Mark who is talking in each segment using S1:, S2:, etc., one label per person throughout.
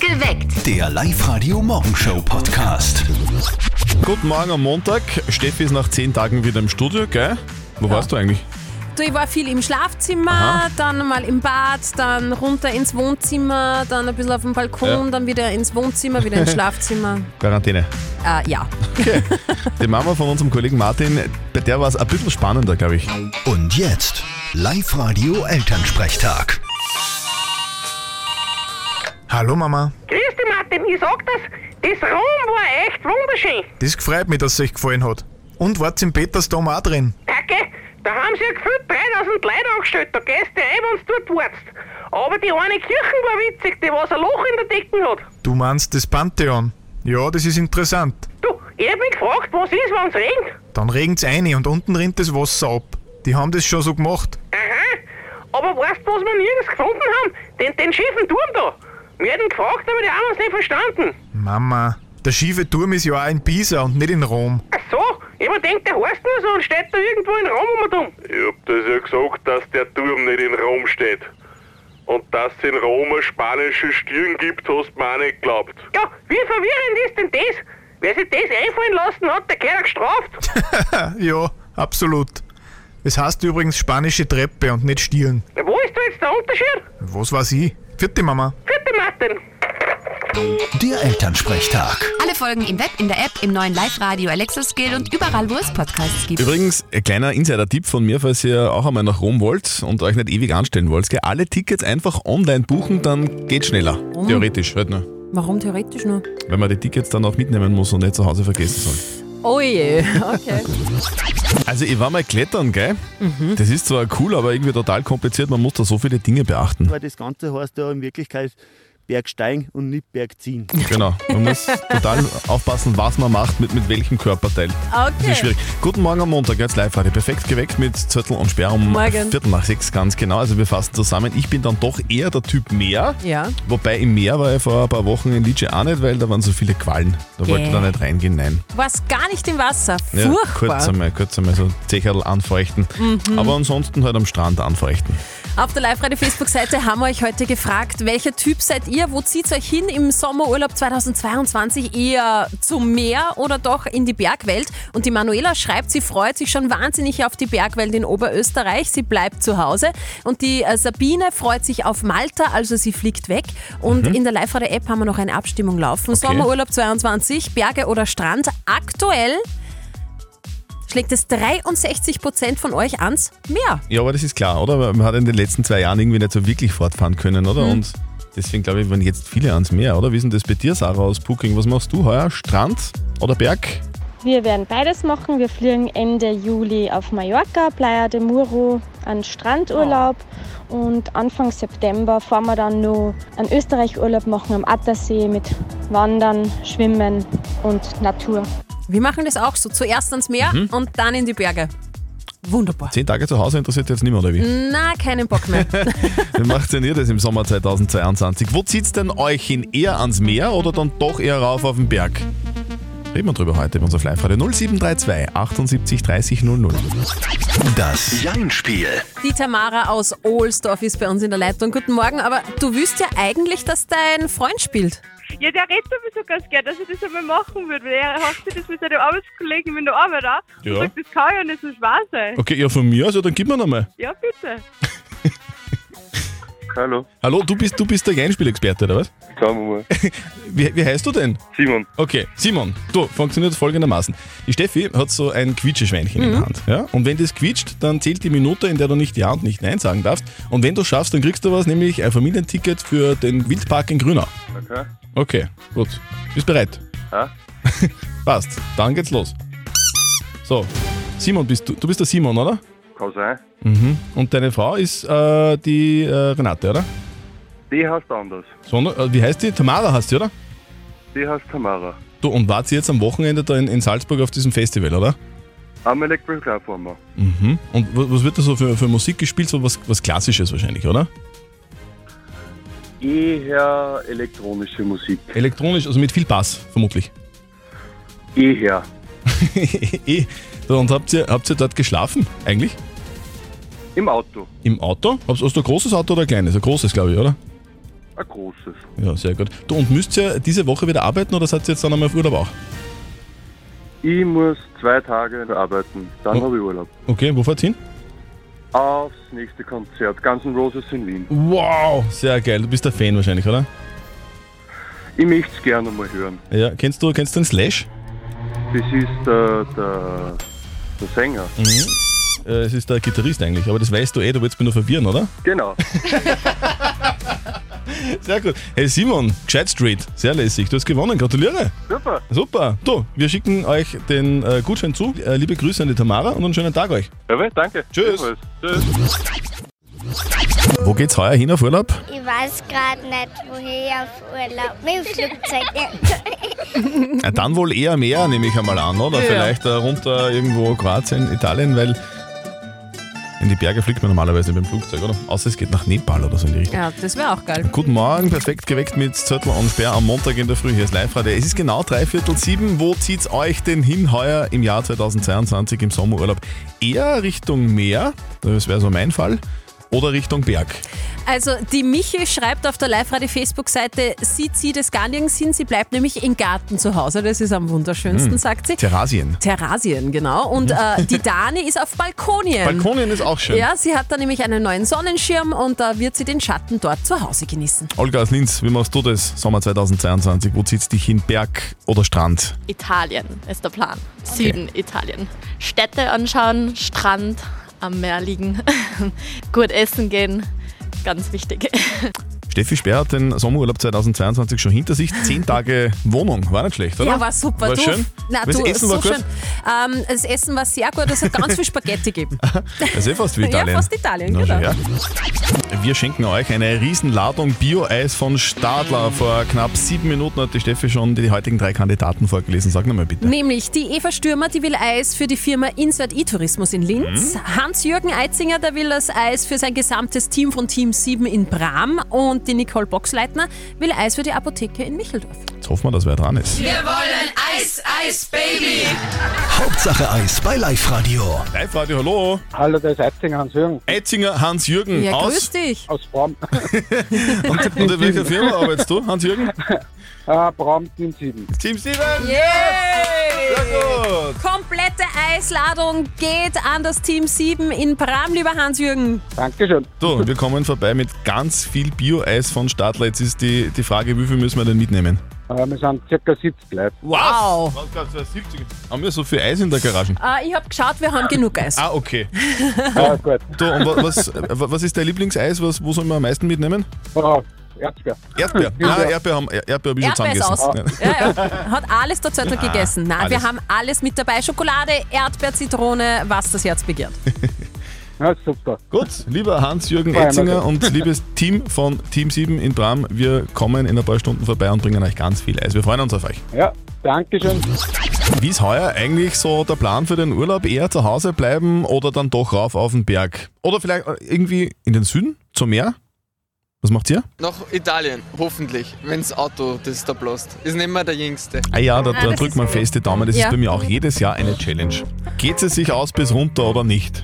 S1: Geweckt.
S2: Der Live-Radio-Morgenshow-Podcast.
S3: Guten Morgen am Montag. Steffi ist nach zehn Tagen wieder im Studio, gell? Wo warst du eigentlich?
S4: Du, ich war viel im Schlafzimmer,
S3: Aha.
S4: dann mal im Bad, dann runter ins Wohnzimmer, dann ein bisschen auf dem Balkon,
S3: Ja.
S4: dann wieder ins Wohnzimmer, wieder ins Schlafzimmer.
S3: Quarantäne.
S4: Äh, ja.
S3: Die Mama von unserem Kollegen Martin, bei der war es ein bisschen spannender, glaube ich.
S2: Und jetzt Live-Radio-Elternsprechtag.
S5: Hallo Mama,
S6: Grüß dich, Martin. Ich sag das, das Rom war echt wunderschön.
S5: das gefreut mich, dass es euch gefallen hat. Und wart's im Petersdom auch drin?
S6: Danke. Da haben sie ja gefühlt 3000 Leute angestellt. Da gehst du ein, wenn du dort warst. Aber die eine Kirche war witzig, die was ein Loch in der Decke hat.
S5: Du meinst das Pantheon? Ja, das ist interessant.
S6: Du, ich hab mich gefragt, was ist, wenn es regnet?
S5: Dann regen's eine und unten rinnt das Wasser ab. Die haben das schon so gemacht.
S6: Aha. Aber weißt du, was wir nirgends gefunden haben? Den, den schiefen Turm da. Wir hätten gefragt, aber die haben uns nicht verstanden.
S5: Mama, der schiefe Turm ist ja auch in Pisa und nicht in Rom.
S6: Ach so, ich mir denkt, der heißt nur so und steht da irgendwo in Rom um.
S7: Ich hab das ja gesagt, dass der Turm nicht in Rom steht. Und dass es in Rom eine spanische Stirn gibt, hast du mir auch nicht geglaubt.
S6: Ja, wie verwirrend ist denn das? Wer sich das einfallen lassen hat, der gehört gestraft.
S5: Ja, absolut. Es heißt übrigens spanische Treppe und nicht Stirn.
S6: Wo ist da jetzt der Unterschied?
S5: Was weiß ich? Vierte Mama.
S6: Vierte Martin.
S2: Der Elternsprechtag.
S8: Alle Folgen im Web, in der App, im neuen Live-Radio Alexa Skill und überall, wo es Podcasts gibt.
S3: Übrigens, ein kleiner Insider-Tipp von mir, falls ihr auch einmal nach Rom wollt und euch nicht ewig anstellen wollt, gell? Alle Tickets einfach online buchen, dann geht's schneller. Theoretisch, halt nur.
S4: Warum theoretisch nur?
S3: Wenn man die Tickets dann auch mitnehmen muss und nicht zu Hause vergessen soll.
S4: Oh je, okay.
S3: Also ich war mal klettern, gell?
S4: Mhm.
S3: Das ist zwar cool, aber irgendwie total kompliziert, man muss da so viele Dinge beachten.
S9: weil das Ganze heißt ja in Wirklichkeit Bergsteigen und nicht Bergziehen.
S3: Genau, man muss total aufpassen, was man macht, mit, mit welchem Körperteil. Das ist
S4: Okay.
S3: schwierig. Guten Morgen am Montag, jetzt live heute. Perfekt geweckt mit Zettel und Sperr um
S4: Morgen.
S3: Viertel nach sechs, ganz genau. Also wir fassen zusammen. Ich bin dann doch eher der Typ Meer.
S4: Ja.
S3: Wobei im Meer war ich vor ein paar Wochen in Lice auch nicht, weil da waren so viele Quallen. Da wollte ich
S4: Gäh.
S3: da nicht reingehen, nein.
S4: Warst gar nicht im Wasser.
S3: Ja,
S4: Furchtbar.
S3: Kurz einmal, kurz einmal so Zecherl anfeuchten. Aber ansonsten halt am Strand anfeuchten.
S4: Auf der Live-Radio-Facebook-Seite haben wir euch heute gefragt, welcher Typ seid ihr? Wo zieht euch hin im Sommerurlaub 2022? Eher zum Meer oder doch in die Bergwelt? Und die Manuela schreibt, sie freut sich schon wahnsinnig auf die Bergwelt in Oberösterreich. Sie bleibt zu Hause. Und die äh, Sabine freut sich auf Malta, also sie fliegt weg. Und in der Live-Radio-App haben wir noch eine Abstimmung laufen. Sommerurlaub 22, Berge oder Strand. Aktuell schlägt es 63% von euch ans Meer.
S3: Ja, aber das ist klar, oder? Weil Man hat in den letzten zwei Jahren irgendwie nicht so wirklich fortfahren können, oder? Und deswegen glaube ich, waren jetzt viele ans Meer, oder? Wie ist denn das bei dir, Sarah, aus Puking? Was machst du heuer? Strand oder Berg?
S10: Wir werden beides machen. Wir fliegen Ende Juli auf Mallorca, Playa de Muro, an Strandurlaub. Und Anfang September fahren wir dann noch einen Österreich-Urlaub machen am Attersee mit Wandern, Schwimmen und Natur.
S4: Wir machen das auch so. Zuerst ans Meer und dann in die Berge. Mhm. Wunderbar.
S3: Zehn Tage zu Hause interessiert jetzt nicht mehr, oder wie?
S4: Na, keinen Bock mehr.
S3: Wie macht denn ihr das im Sommer 2022? Wo zieht's denn euch hin? Eher ans Meer oder dann doch eher rauf auf den Berg? Reden wir drüber heute bei unserer Flyfreude 0732 78 30 00.
S2: Das Jein-Spiel.
S4: Die Tamara aus Ohlsdorf ist bei uns in der Leitung. Guten Morgen, aber du wüsst ja eigentlich, dass dein Freund spielt.
S10: Ja, der redet mir so ganz gern, dass ich das einmal machen würde. Weil er hofft sich das mit seinem Arbeitskollegen mit der Arbeit an.
S3: Ja. sagt,
S10: das kann ja nicht so schwer sein.
S3: Okay, ja, von mir, also dann gib mir nochmal.
S10: Ja, bitte.
S7: Hallo,
S3: Hallo, du bist, du bist der Jeinspielexperte, oder was?
S7: sagen wir mal.
S3: Wie, wie heißt du denn?
S7: Simon,
S3: Okay, Simon, du, funktioniert folgendermaßen. Die Steffi hat so ein Quietscheschweinchen in der Hand. Ja? Und wenn das quietscht, dann zählt die Minute, in der du nicht Ja und nicht Nein sagen darfst. Und wenn du schaffst, dann kriegst du was, nämlich ein Familienticket für den Wildpark in Grünau.
S7: okay.
S3: Okay, gut. Bist bereit?
S7: Ja.
S3: Passt, dann geht's los. So, Simon bist du. Du bist der Simon, oder? Mhm.
S7: Kann sein.
S3: Und deine Frau ist äh, die äh, Renate, oder?
S7: Die heißt anders.
S3: Sondern, äh, wie heißt die? Tamara heißt die, oder?
S7: Die heißt Tamara.
S3: Du, und wart sie jetzt am Wochenende da in, in Salzburg auf diesem Festival, oder?
S7: Am Electric Reformer.
S3: Und wa- was wird da so für, für Musik gespielt? So was, was Klassisches wahrscheinlich, oder?
S7: Eher elektronische Musik.
S3: Elektronisch, also mit viel Bass, vermutlich.
S7: Eher.
S3: Eh. So, und habt ihr, habt ihr dort geschlafen, eigentlich?
S7: Im Auto.
S3: Im Auto? Habt ihr hast du ein großes Auto oder ein kleines? Ein großes, glaube ich, oder?
S7: Ein ein großes.
S3: Ja, sehr gut. Du, und müsst ihr diese Woche wieder arbeiten oder seid ihr jetzt dann einmal auf Urlaub auch?
S7: Ich muss zwei Tage arbeiten, dann
S3: Oh.
S7: habe ich Urlaub.
S3: Okay, wo fahrt ihr hin?
S7: Aufs nächste Konzert, Guns N' Roses in Wien.
S3: Wow, sehr geil. Du bist der Fan wahrscheinlich, oder?
S7: Ich möchte es gerne mal hören.
S3: Ja, kennst du, kennst du den Slash?
S7: Das ist der, der, der Sänger.
S3: Äh, es ist der Gitarrist eigentlich, aber das weißt du eh, du willst mich nur verwirren, oder?
S7: Genau.
S3: Sehr gut. Hey Simon, gescheit straight, sehr lässig. Du hast gewonnen, gratuliere.
S7: Super.
S3: Super. Du, wir schicken euch den äh, Gutschein zu. Äh, liebe Grüße an die Tamara und einen schönen Tag euch.
S7: Jawohl, danke.
S3: Tschüss.
S7: Ebenfalls. Tschüss.
S3: Wo geht's heuer hin auf Urlaub?
S1: Ich weiß gerade nicht, woher auf Urlaub. Mit dem Flugzeug.
S3: Ja, dann wohl eher mehr, nehme ich einmal an, oder? Vielleicht äh, runter irgendwo Kroatien, Italien, weil in die Berge fliegt man normalerweise mit dem Flugzeug, oder? Außer es geht nach Nepal oder so in die Richtung.
S4: Ja, das wäre auch geil.
S3: Guten Morgen, perfekt geweckt mit Zörtl und Sperr am Montag in der Früh. Hier ist Live-Radio. Es ist genau dreiviertel sieben. Wo zieht's euch denn hin heuer im Jahr 2022 im Sommerurlaub? Eher Richtung Meer, das wäre so mein Fall, oder Richtung Berg?
S4: Also die Michi schreibt auf der Live-Radio-Facebook-Seite, sie zieht es gar nirgends hin, sie bleibt nämlich im Garten zu Hause. Das ist am wunderschönsten, sagt sie.
S3: Terrasien.
S4: Terrasien, genau. Und äh, die Dani ist auf Balkonien.
S3: Balkonien ist auch schön.
S4: Ja, sie hat da nämlich einen neuen Sonnenschirm und da wird sie den Schatten dort zu Hause genießen.
S3: Olga aus Linz, wie machst du das Sommer 2022? Wo zieht's dich hin? Berg oder Strand?
S11: Italien ist der Plan. Süden Italien. Städte anschauen, Strand, am Meer liegen, gut essen gehen. Ganz wichtig.
S3: Steffi Speer hat den Sommerurlaub 2022 schon hinter sich. Zehn Tage Wohnung, war nicht schlecht, oder?
S4: Ja, war super.
S3: War
S4: du,
S3: schön.
S4: Na,
S3: das
S4: du,
S3: Essen
S4: so
S3: war gut.
S4: schön. Ähm, das Essen war sehr gut, es hat ganz viel Spaghetti gegeben.
S3: Das ist eh fast wie
S4: Ja,
S3: Italien.
S4: fast Italien,
S3: Na,
S4: genau.
S3: schau her. Wir schenken euch eine Riesenladung Bio-Eis von Stadler. Vor knapp sieben Minuten hat die Steffi schon die heutigen drei Kandidaten vorgelesen. Sag nochmal bitte.
S4: Nämlich die Eva Stürmer, die will Eis für die Firma Insert E-Tourismus in Linz.
S3: Mhm.
S4: Hans-Jürgen Eitzinger, der will das Eis für sein gesamtes Team von Team 7 in Bram. Und die Nicole Boxleitner will Eis für die Apotheke in Micheldorf.
S3: Jetzt hoffen wir, dass wer dran ist.
S2: Wir wollen Eis, Eis, Baby. Hauptsache Eis bei Live-Radio.
S3: Live-Radio, hallo.
S12: Hallo, da ist Eitzinger Hans-Jürgen
S3: Eitzinger Hans-Jürgen
S4: Ja, grüß
S3: aus.
S4: dich.
S12: aus Brom.
S3: Und, und in welcher Firma arbeitest du, Hans-Jürgen?
S12: Äh, Brom Team 7.
S3: Team 7.
S4: Yay!
S3: Gut.
S4: Komplette Eisladung geht an das Team 7 in Bram, lieber Hans-Jürgen.
S12: Dankeschön.
S3: So, wir kommen vorbei mit ganz viel Bio-Eis von Stadler. Jetzt ist die, die Frage, wie viel müssen wir denn mitnehmen?
S12: Äh, wir sind circa 70 Leute.
S4: Wow.
S3: Was gab's da? 70? Haben wir so viel Eis in der Garage?
S4: Äh, ich habe geschaut, wir haben genug Eis.
S3: Ah, okay.
S12: Ah, gut.
S3: Du, und wa- was, äh, wa- was ist dein Lieblingseis? Was, wo soll man am meisten mitnehmen?
S12: Oh, Erzbeer.
S3: Erdbeer. Ah, Erdbeer haben Erdbeer hab ich schon
S4: Erdbeer ist aus.
S3: zusammengegessen.
S4: Ja, ja. Hat alles der Zettel gegessen. Nein,
S3: Ah,
S4: wir
S3: alles.
S4: haben alles mit dabei. Schokolade, Erdbeer, Zitrone, was das Herz begehrt.
S12: Ja, super.
S3: Gut, lieber Hans-Jürgen
S12: Ja,
S3: Etzinger
S12: danke.
S3: und liebes Team von Team 7 in Bram, wir kommen in ein paar Stunden vorbei und bringen euch ganz viel Eis. Wir freuen uns auf euch.
S12: Ja, Dankeschön.
S3: Wie ist heuer eigentlich so der Plan für den Urlaub? Eher zu Hause bleiben oder dann doch rauf auf den Berg? Oder vielleicht äh, irgendwie in den Süden, zum Meer? Was macht ihr?
S13: Nach Italien, hoffentlich, wenn's Auto das da blast. Ist nicht mehr der Jüngste.
S3: Ah ja, da,
S13: Ah,
S3: da
S13: das
S3: drückt man fest die Daumen. Das
S13: Ja.
S3: ist bei mir auch jedes Jahr eine Challenge. Geht es sich aus bis runter oder nicht?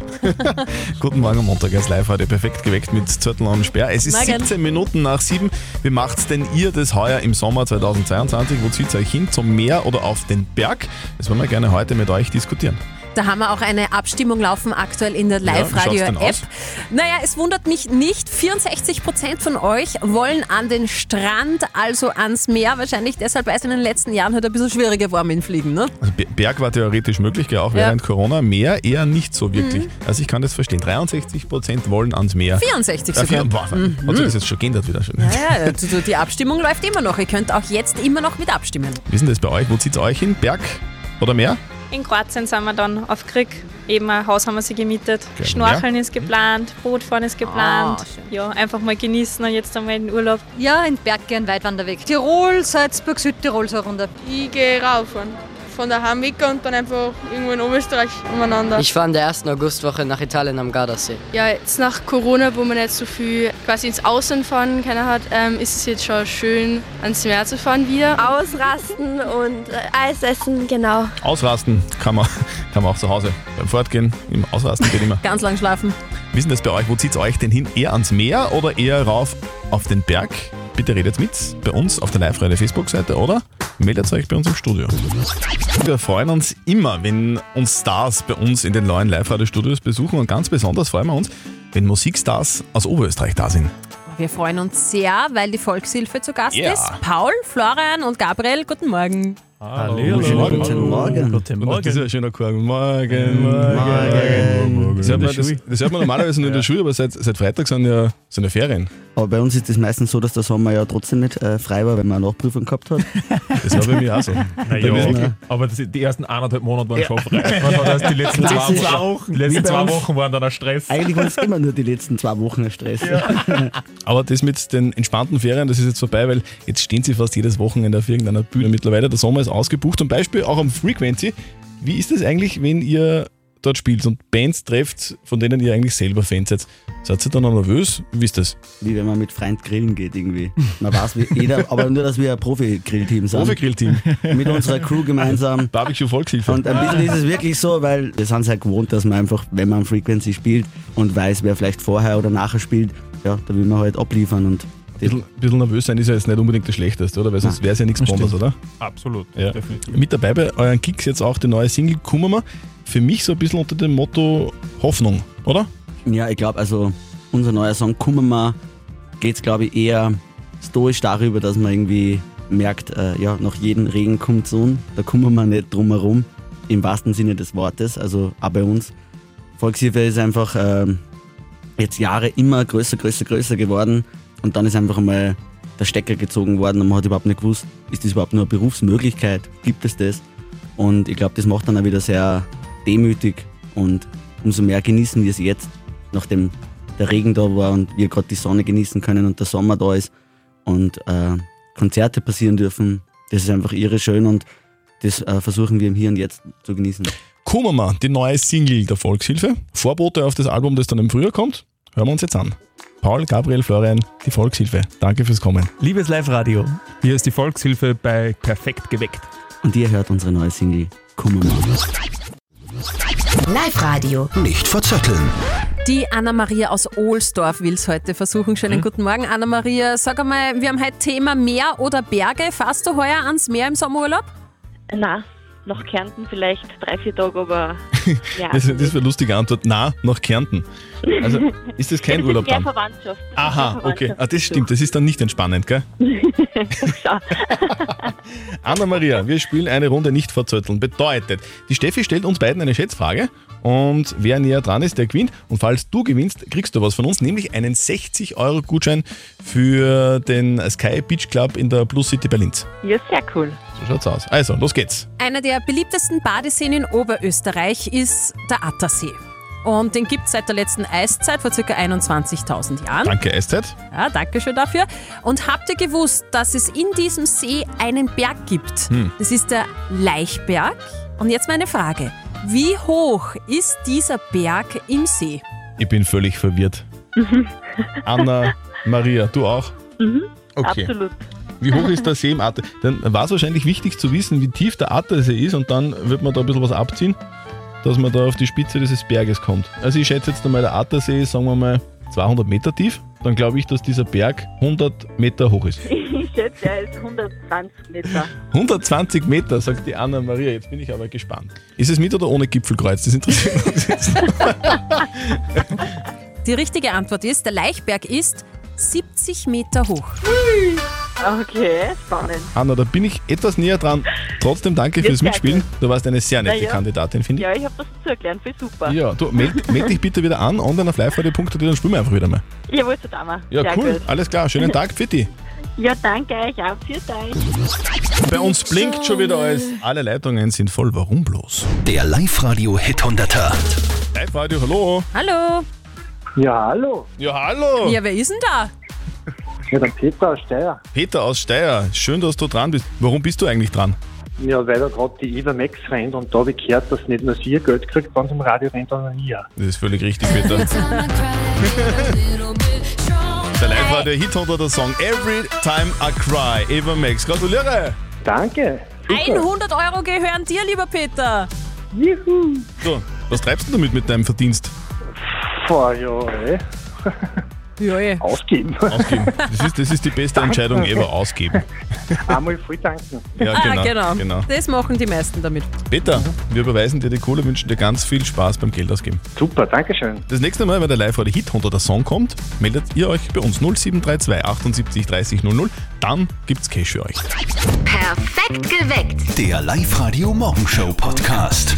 S3: Guten Morgen am Montag als live heute. Perfekt geweckt mit Zürtel und Sperr. Es ist
S2: Morgen.
S3: 17 Minuten nach 7. Wie macht's denn ihr das heuer im Sommer 2022? Wo zieht's euch hin? Zum Meer oder auf den Berg? Das wollen wir gerne heute mit euch diskutieren.
S4: Da haben wir auch eine Abstimmung laufen aktuell in der
S3: Ja, wie schaut's denn
S4: Live-Radio-App.
S3: aus?
S4: naja, es wundert mich nicht. 64% von euch wollen an den Strand, also ans Meer. Wahrscheinlich deshalb, weil es in den letzten Jahren halt ein bisschen schwieriger war mit dem Fliegen. Ne?
S3: Also Be- Berg war theoretisch möglich, gell, auch
S4: Ja.
S3: während Corona. Meer eher nicht so wirklich.
S4: Mhm.
S3: Also ich kann das verstehen. 63% wollen ans Meer.
S4: 64
S3: Äh,
S4: sogar.
S3: vier- Wow,
S4: Mhm.
S3: Hat sich das jetzt schon geändert wieder? Schon.
S4: Naja, also die Abstimmung läuft immer noch. Ihr könnt auch jetzt immer noch mit abstimmen.
S3: Wie ist denn das bei euch? Wo zieht's euch hin? Berg oder Meer?
S14: In Kroatien sind wir dann auf Krieg. Eben ein Haus haben wir sie gemietet.
S3: Geil,
S14: Schnorcheln ist geplant, Bootfahren ist geplant. ja, einfach mal genießen und jetzt einmal in den Urlaub.
S15: Ah, Ja, in den Berg gehen, Weitwanderweg. Tirol, Salzburg, Südtirol so runter.
S16: Ich gehe rauffahren. Von daheim weg und dann einfach irgendwo in Oberösterreich umeinander.
S17: Ich war in der ersten Augustwoche nach Italien am Gardasee.
S16: ja, jetzt nach Corona, wo man nicht so viel quasi ins Ausland fahren kann, hat, ähm, ist es jetzt schon schön, ans Meer zu fahren wieder. Ausrasten und Eis essen, genau.
S3: Ausrasten kann man, kann man auch zu Hause. Beim Fortgehen, im Ausrasten geht immer.
S4: Ganz lang schlafen.
S3: Wie ist denn das bei euch? Wo zieht's euch denn hin? Eher ans Meer oder eher rauf auf den Berg? Bitte redet mit bei uns auf der Live-Radio Facebook-Seite oder meldet euch bei uns im Studio. Wir freuen uns immer, wenn uns Stars bei uns in den neuen Live-Radio-Studios besuchen und ganz besonders freuen wir uns, wenn Musikstars aus Oberösterreich da sind.
S4: Wir freuen uns sehr, weil die Volkshilfe zu Gast
S3: Ja.
S4: ist. Paul, Florian und Gabriel, guten Morgen.
S3: Hallo, guten Morgen. Guten Morgen. Das ist ja ein schöner Chor. Morgen, morgen, morgen. Das hört man, das, das hört man normalerweise nur in der Schule, aber seit, seit Freitag sind ja, sind ja Ferien.
S9: Aber bei uns ist es meistens so, dass der Sommer ja trotzdem nicht äh, frei war, wenn man eine Nachprüfung gehabt hat.
S3: Das war bei mir auch so.
S9: Bei mir
S18: Naja,
S9: auch.
S18: aber das, die ersten eineinhalb Monate waren
S9: Ja.
S18: schon frei. Das heißt, die letzten
S9: Das
S18: zwei,
S9: ist-
S18: zwei Wochen, die letzten
S9: Wie bei
S18: zwei
S9: uns.
S18: Wochen waren dann ein Stress.
S9: Eigentlich waren es immer nur die letzten zwei Wochen ein Stress.
S3: Aber das mit den entspannten Ferien, das ist jetzt vorbei, weil jetzt stehen sie fast jedes Wochenende auf irgendeiner Bühne mittlerweile. Der Sommer ist ausgebucht, zum Beispiel auch am Frequency. Wie ist das eigentlich, wenn ihr dort spielt und Bands trefft, von denen ihr eigentlich selber Fans seid? Seid ihr dann auch nervös? Wie ist das?
S9: Wie wenn man mit Freund grillen geht irgendwie. Man weiß wie jeder, aber nur, dass wir ein Profi-Grill-Team sind.
S3: Profi-Grill-Team.
S9: Mit unserer Crew gemeinsam.
S3: Barbecue Volkshilfe.
S9: Und ein bisschen ist es wirklich so, weil wir sind es halt gewohnt, dass man einfach, wenn man Frequency spielt und weiß, wer vielleicht vorher oder nachher spielt, ja, da will man halt abliefern und das
S3: Ein bisschen nervös sein ist ja jetzt nicht unbedingt das Schlechteste, oder? Weil sonst wäre es ja nichts Besonderes, oder?
S18: Absolut,
S3: Ja.
S18: definitiv.
S3: Mit dabei bei euren Kicks jetzt auch die neue Single Kummermer. Für mich so ein bisschen unter dem Motto Hoffnung, oder?
S9: Ja, ich glaube, also unser neuer Song Kommen wir geht es, glaube ich, eher stoisch darüber, dass man irgendwie merkt, äh, ja, nach jedem Regen kommt Sonne, da kommen wir nicht drum herum, im wahrsten Sinne des Wortes, also auch bei uns. Volkshilfe ist einfach ähm, jetzt Jahre immer größer, größer, größer geworden und dann ist einfach einmal der Stecker gezogen worden und man hat überhaupt nicht gewusst, ist das überhaupt nur eine Berufsmöglichkeit, gibt es das? Und ich glaube, das macht dann auch wieder sehr demütig und umso mehr genießen wir es jetzt, nachdem der Regen da war und wir gerade die Sonne genießen können und der Sommer da ist und äh, Konzerte passieren dürfen. Das ist einfach irre schön und das äh, versuchen wir im Hier und Jetzt zu genießen.
S3: Kummermer, die neue Single der Volkshilfe. Vorbote auf das Album, das dann im Frühjahr kommt. Hören wir uns jetzt an. Paul, Gabriel, Florian, die Volkshilfe. Danke fürs Kommen.
S18: Liebes Live-Radio, hier ist die Volkshilfe bei Perfekt geweckt.
S9: Und ihr hört unsere neue Single Kummermann.
S8: Live-Radio.
S2: Nicht verzetteln.
S4: Die Anna-Maria aus Ohlsdorf will es heute versuchen. Schönen guten Morgen, Anna-Maria. Sag einmal, wir haben heute Thema Meer oder Berge. Fährst du heuer ans Meer im Sommerurlaub?
S19: Na, nach Kärnten vielleicht drei, vier Tage, aber ja.
S3: Das, das ist eine lustige Antwort. Na, nach Kärnten. Also ist das kein
S19: Das
S3: Urlaub
S19: ist mehr
S3: dann?
S19: Verwandtschaft. Das ist
S3: Aha,
S19: mehr
S3: okay. Ah, das
S19: Verwandtschaftsbesuch.
S3: stimmt. Das ist dann nicht entspannend, gell? Anna-Maria, wir spielen eine Runde nicht verzötteln. Bedeutet, die Steffi stellt uns beiden eine Schätzfrage und wer näher dran ist, der gewinnt. Und falls du gewinnst, kriegst du was von uns, nämlich einen 60-Euro-Gutschein für den Sky Beach Club in der Plus City Berlin.
S19: Ja, sehr cool.
S3: So schaut's aus. Also, los geht's.
S4: Einer der beliebtesten Badeseen in Oberösterreich ist der Attersee. Und den gibt es seit der letzten Eiszeit vor ca. 21.000 Jahren.
S3: Danke, Eiszeit.
S4: Ja, danke schön dafür. Und habt ihr gewusst, dass es in diesem See einen Berg gibt?
S3: Hm.
S4: Das ist der Laichberg. Und jetzt meine Frage. Wie hoch ist dieser Berg im See?
S3: Ich bin völlig verwirrt. Anna-Maria, du auch?
S19: Mhm.
S3: Okay.
S19: Absolut.
S3: Wie hoch ist der See im Atte? Dann war es wahrscheinlich wichtig zu wissen, wie tief der Attersee ist und dann wird man da ein bisschen was abziehen, dass man da auf die Spitze dieses Berges kommt. Also ich schätze jetzt einmal, der Attersee ist, sagen wir mal, 200 Meter tief. Dann glaube ich, dass dieser Berg 100 Meter hoch ist.
S19: Ich schätze, er ist 120 Meter.
S3: 120 Meter, sagt die Anna-Maria. Jetzt bin ich aber gespannt. Ist es mit oder ohne Gipfelkreuz? Das interessiert mich.
S4: Die richtige Antwort ist, der Laichberg ist 70 Meter hoch.
S19: Okay, spannend.
S3: Anna, da bin ich etwas näher dran. Trotzdem danke
S19: Ja,
S3: fürs
S19: sehr
S3: Mitspielen. Du warst eine sehr nette
S19: Na ja.
S3: Kandidatin, finde ich.
S19: Ja, ich habe das zugelernt. Viel super.
S3: Ja, du, meld, meld dich bitte wieder an, online auf liveradio.at, dann spielen wir einfach wieder mal.
S19: Jawohl, so Dame.
S3: Ja,
S19: Sehr
S3: cool,
S19: gut.
S3: alles klar, schönen Tag, Fitti.
S19: Ja, danke euch auch. Vielen Dank.
S3: Bei uns blinkt schon wieder alles. Alle Leitungen sind voll, warum bloß?
S2: Der Live-Radio Hit 100er.
S3: Live-Radio, hallo.
S4: Hallo.
S12: Ja, hallo.
S3: Ja, hallo.
S4: Ja, wer ist denn da?
S12: Ja, der Peter aus Steyr.
S3: Peter aus Steyr, schön, dass du dran bist. Warum bist du eigentlich dran?
S12: Ja, weil da gerade die Eva Max rennt und da habe ich gehört, dass nicht nur sie ihr Geld kriegt, wenn sie im Radio rennt, sondern ihr.
S3: Das ist völlig richtig, Peter. Der Live-Radio Hit 100er Song Every Time I Cry, Eva Max. Gratuliere.
S12: Danke.
S4: 100 Euro gehören dir, lieber Peter.
S12: Juhu.
S3: So, was treibst du damit mit deinem Verdienst?
S12: Boah, ja, ey.
S3: Genau,
S12: Ausgeben.
S3: Ausgeben. Das ist, das ist die beste
S12: Danke.
S3: Entscheidung ever, ausgeben.
S12: Einmal voll tanken.
S4: Ah,
S3: Ja, genau, genau.
S4: Das machen die meisten damit.
S3: Peter, wir überweisen dir die Kohle, wünschen dir ganz viel Spaß beim Geld ausgeben.
S12: Super, danke schön.
S3: Das nächste Mal, wenn der live oder hit oder der Song kommt, meldet ihr euch bei uns 0732 78 30 00. Dann gibt's Cash für euch.
S2: Perfekt geweckt. Der Live-Radio Morgenshow Podcast.